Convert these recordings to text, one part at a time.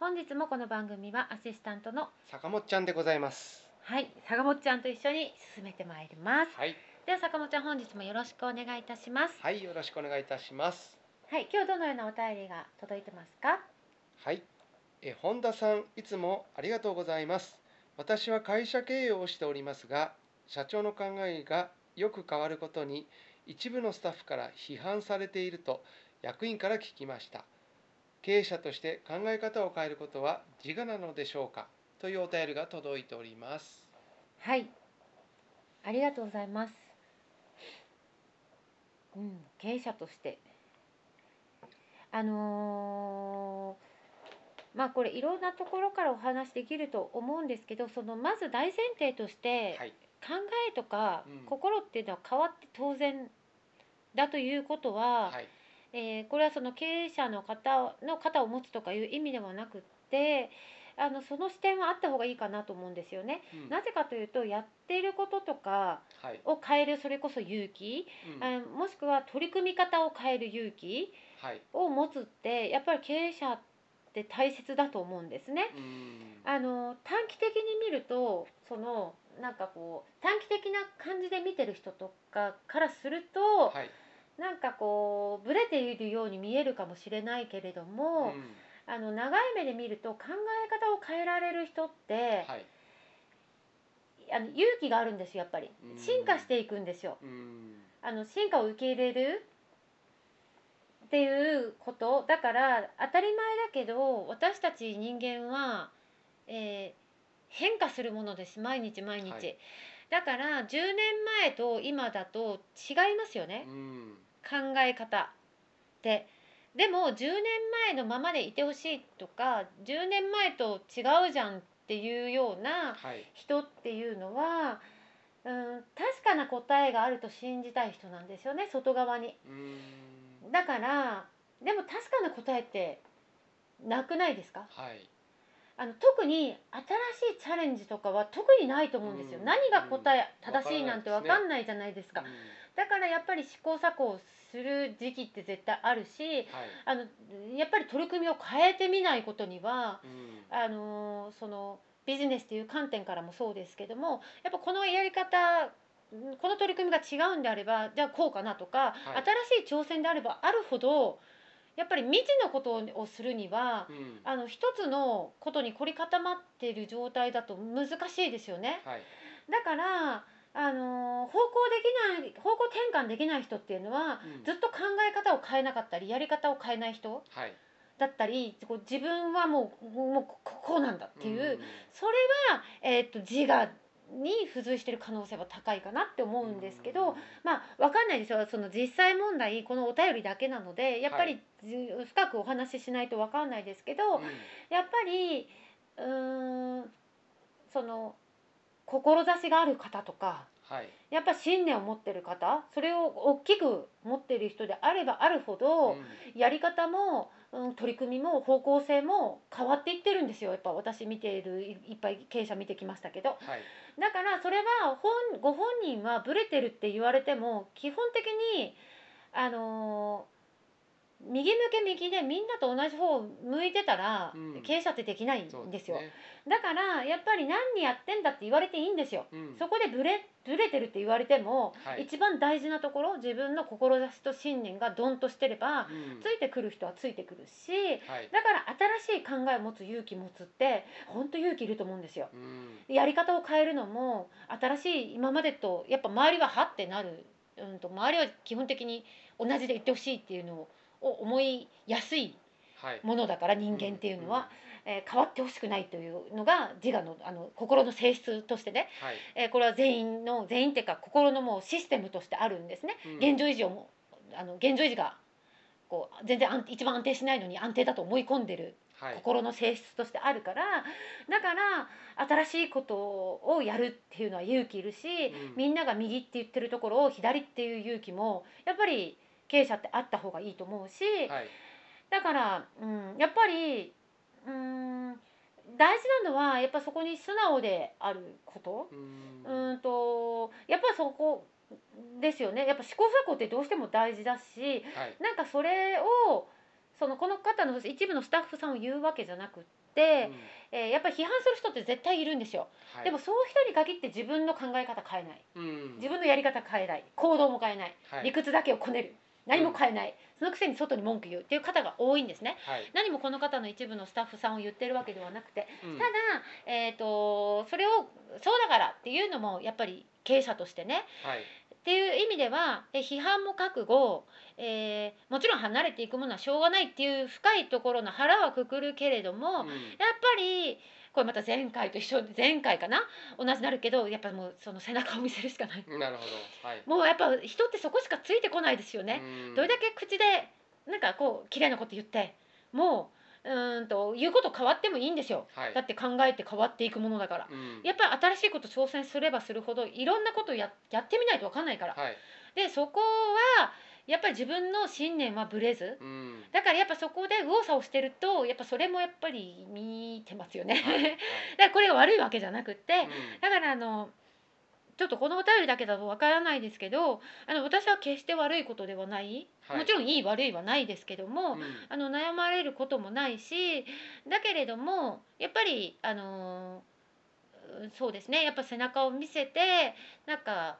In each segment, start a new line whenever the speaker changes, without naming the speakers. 本日もこの番組はアシスタントの
坂本ちゃんでございます。
はい、坂本ちゃんと一緒に進めてまいります。
はい、
では坂本ちゃん、本日もよろしくお願いいたします。
はい、よろしくお願いいたします。
はい、今日どのようなお便りが届いてますか
はい、え、本田さん、いつもありがとうございます。私は会社経営をしておりますが、社長の考えがよく変わることに一部のスタッフから批判されていると役員から聞きました。経営者として考え方を変えることは自我なのでしょうかというお便りが届いております。
はい。ありがとうございます。うん、経営者として。あのーまあこれいろんなところからお話できると思うんですけどそのまず大前提として
はい、
考えとか
うん
心っていうのは変わって当然だということは、
はい、
えーこれはその経営者の方の肩を持つとかいう意味ではなくってあのその視点はあった方がいいかなと思うんですよね。
うん
なぜかというとやっていることとか
はい、
を変えるそれこそ勇気、
うん
あもしくは取り組み方を変える勇気
はい、
を持つってやっぱり経営者って大切だと思うんですね。
うん
あの短期的に見るとそのなんかこう短期的な感じで見てる人とかからすると、
はい、
なんかこうブレているように見えるかもしれないけれども、
うん
あの長い目で見ると考え方を変えられる人って、
はい、
あの勇気があるんですよやっぱり
うん
進化していくんですよ
うん
あの進化を受け入れるっていうことだから当たり前だけど私たち人間は、えー変化するものです毎日毎日、
はい
だから10年前と今だと違いますよね、
うん
考え方ってでも10年前のままでいてほしいとか10年前と違うじゃんっていうような
はい、
人っていうのは、うん、確かな答えがあると信じたい人なんですよね外側に。
うーん
だからでも確かな答えってなくないですか
はい、
あの特に新しいチャレンジとかは特にないと思うんですよ。
うん
何が答え
うん
正しいなんて
わ
分
から
か
ないですね
んないじゃないですか。
うん
だからやっぱり試行錯誤する時期って絶対あるし
はい、
あのやっぱり取り組みを変えてみないことには
うん
あのーそのビジネスという観点からもそうですけどもやっぱこのやり方んこの取り組みが違うんであればじゃあこうかなとか、
はい
新しい挑戦であればあるほどやっぱり未知のことをするには
うん
あの一つのことに凝り固まっている状態だと難しいですよね。
はい、
だからあのー方向できない方向転換できない人っていうのは
うん
ずっと考え方を変えなかったりやり方を変えない人
はい、
だったりこう自分はもうもうここうなんだっていう、それは、えー、と自我に付随してる可能性は高いかなって思うんですけど、
うん
まあわかんないですよその実際問題このお便りだけなのでやっぱり、じ深くお話ししないとわかんないですけど、
うん
やっぱりうーんその志がある方とか
はい
やっぱ信念を持ってる方それを大きく持ってる人であればあるほど、
う
やり方も、うん、取り組みも方向性も変わっていってるんですよやっぱ私見ているいいっぱい経営者見てきましたけど
んはい
だからそれは本ご本人はブレてるって言われても基本的にあのー右向け右でみんなと同じ方を向いてたら、
うん
経営者ってできないん
そう
ですよだからやっぱり何やってんだって言われていいんですよ、
うん
そこでブレブレてるって言われても、
はい
一番大事なところ自分の志と信念がドンとしてれば、
うん
ついてくる人はついてくるし
はい
だから新しい考えを持つ勇気持つって本当勇気いると思うんですよ
うん
やり方を変えるのも新しい今までとやっぱ周りははってなる、うん、と周りは基本的に同じで言ってほしいっていうのを思いやすい
はい
ものだから人間っていうのは、えー変わってほしくないというのが自我のあの心の性質としてね、
うんはい
えーこれは全員の全員っていうか心のもうシステムとしてあるんですね。
うん
現状維持をもあの現状維持がこう全然安一番安定しないのに安定だと思い込んでる
はい
心の性質としてあるからだから新しいことをやるっていうのは勇気いるし、
うん
みんなが右って言ってるところを左っていう勇気もやっぱり経営者ってあった方がいいと思うし、
はい
だから、うん、やっぱり、うん、大事なのはやっぱそこに素直であること、
うん
うーんとやっぱりそこですよねやっぱ試行錯誤ってどうしても大事だし、
はい
なんかそれをそのこの方の一部のスタッフさんを言うわけじゃなくって、
うん
えーやっぱり批判する人って絶対いるんですよ、
はい
でもそういう人に限って自分の考え方変えない
うん
自分のやり方変えない行動も変えない
はい
理屈だけをこねる何も変えない、そのくせに外に文句言うっていう方が多いんですね
はい
何もこの方の一部のスタッフさんを言ってるわけではなくて
うん
ただ、えー、とそれをそうだからっていうのもやっぱり経営者としてね
はい
っていう意味ではえ批判も覚悟、えーもちろん離れていくものはしょうがないっていう深いところの腹はくくるけれども、やっ
うん
ぱりこれまた前回と一緒前回かな同じになるけどやっぱもうその背中を見せるしかない
なるほどはい
もうやっぱ人ってそこしかついてこないですよね、
うん
どれだけ口でなんかこう綺麗なこと言ってもううーんと言うこと変わってもいいんですよ
はい
だって考えて変わっていくものだから
うん
やっぱり新しいこと挑戦すればするほどいろんなことややってみないと分かんないから
はい
でそこはやっぱり自分の信念はぶれず
うん
だからやっぱそこで右往左往してるとやっぱそれもやっぱり見てますよね、
はいはい
だからこれが悪いわけじゃなくって、
うん
だからあのちょっとこのお便りだけだとわからないですけどあの私は決して悪いことではない、
はい
もちろんいい悪いはないですけども、
うん
あの悩まれることもないしだけれどもやっぱりあのうんそうですねやっぱ背中を見せてなんか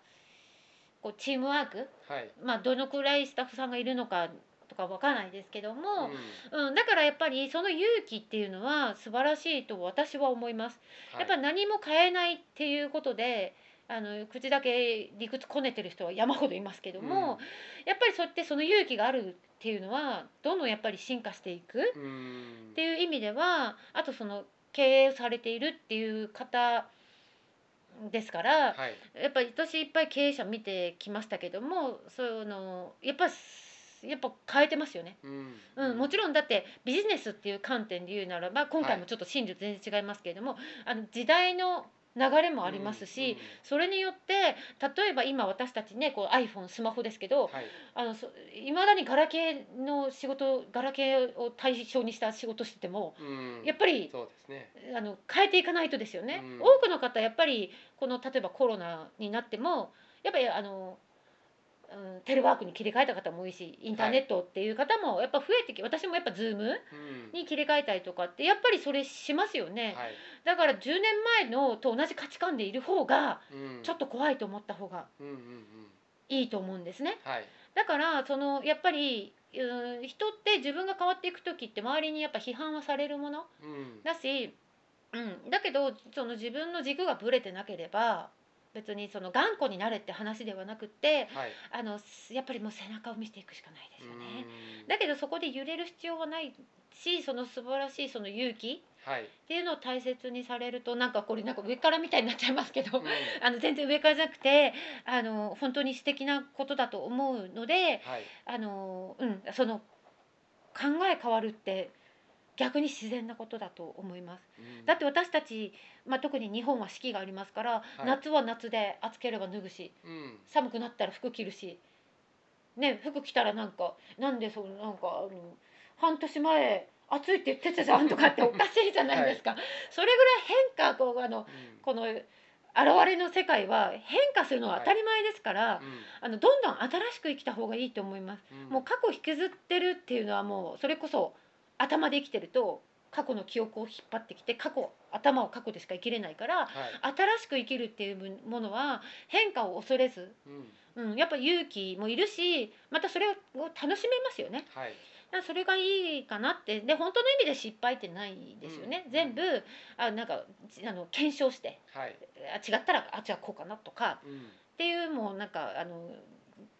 こうチームワーク
はい
まあ、どのくらいスタッフさんがいるのかとかわからないですけども、
うん
うんだからやっぱりその勇気っていうのは素晴らしいと私は思います。
はい
やっぱ何も変えないっていうことであの口だけ理屈こねてる人は山ほどいますけども、やっぱりそうやってその勇気があるっていうのはどんどんやっぱり進化していくっ
うん
ていう意味ではあとその経営されているっていう方ですから、
はい
やっぱり私いっぱい経営者見てきましたけどもそのやっぱやっぱ変えてますよね。
うん
うん、もちろんだってビジネスっていう観点で言うならば今回
は
も
い
ちょっと真理全然違いますけれども、あの時代の流れもありますし、それによって例えば今私たちねこう iPhone スマホですけ
うん
ど
はい
あのそいまだにガラケーの仕事ガラケーを対象にした仕事してても
うん
やっぱり
そうですね
あの変えていかないとですよね、
うん
多くの方やっぱりこの例えばコロナになってもやっぱりあの、うん、テレワークに切り替えた方も多いしインターネットっていう方もやっぱ増えてき私もやっぱズーム
うん
に切り替えたりとかってやっぱりそれしますよね、
はい
だから10年前のと同じ価値観でいる方が
うん
ちょっと怖いと思った方が
うんうんうん
いいと思うんですね
はい
だからそのやっぱりうん人って自分が変わっていく時って周りにやっぱ批判はされるもの
うん
だし、うん、だけどその自分の軸がぶれてなければ別にその頑固になれって話ではなくって
はい
あのすやっぱりもう背中を見せていくしかないですよね。
うん
だけどそこで揺れる必要はないしその素晴らしいその勇気
はい
っていうのを大切にされるとなんかこれなんか上からみたいになっちゃいますけど、
うん
あの全然上からじゃなくてあの本当に素敵なことだと思うので
はい
あの、うん、その考え変わるって逆に自然なことだと思います。
うん
だって私たち、まあ、特に日本は四季がありますから、
い
夏は夏で暑ければ脱ぐし
うん
寒くなったら服着るし、ね、服着たらなんかなんでそうなんかあの半年前暑いって言ってたじゃんとかっておかしいじゃないですか、それぐらい変化こうあの
うん
この現れの世界は変化するのは当たり前ですから、あのどんどん新しく生きた方がいいと思います。
うん
もう過去引きずってるっていうのはもうそれこそ頭で生きてると過去の記憶を引っ張ってきて過去頭を過去でしか生きれないから
はい
新しく生きるっていうものは変化を恐れず、
うん
うん、やっぱ勇気もいるしまたそれを楽しめますよね。
はい
だからそれがいいかなってで本当の意味で失敗ってないですよね。
うん
全部あなんかあの検証して
はい
あ違ったらあじゃあこうかなとか
うん
っていうもうなんかあの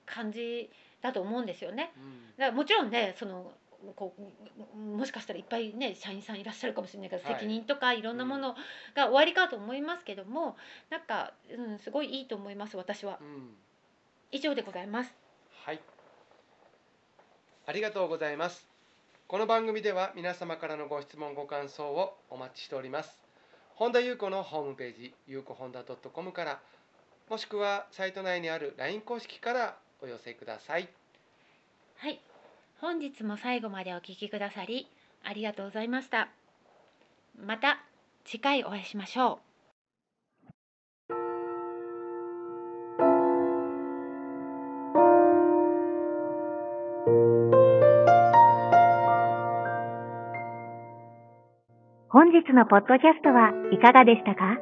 感じだと思うんですよね。
うん
だからもちろんねそのこうももしかしたらいっぱいね社員さんいらっしゃるかもしれないけど、
はい
責任とかいろんなものが終わりかと思いますけどもなんか、うん、すごいいいと思います私は
うん
以上でございます
はい。ありがとうございます。この番組では皆様からのご質問ご感想をお待ちしております。本田裕子のホームページ、ゆうこ本田 .com から、もしくはサイト内にある LINE 公式からお寄せください。
はい本日も最後までお聞きくださりありがとうございましたまた次回お会いしましょう
本日のポッドキャストはいかがでしたか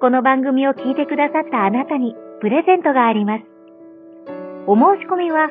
この番組を聞いてくださったあなたにプレゼントがあります。お申し込みは、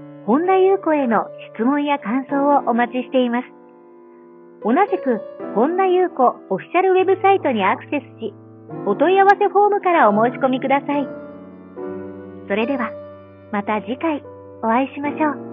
本田ゆうこへの質問や感想をお待ちしています。同じく、本田ゆうこオフィシャルウェブサイトにアクセスし、お問い合わせフォームからお申し込みください。それでは、また次回お会いしましょう。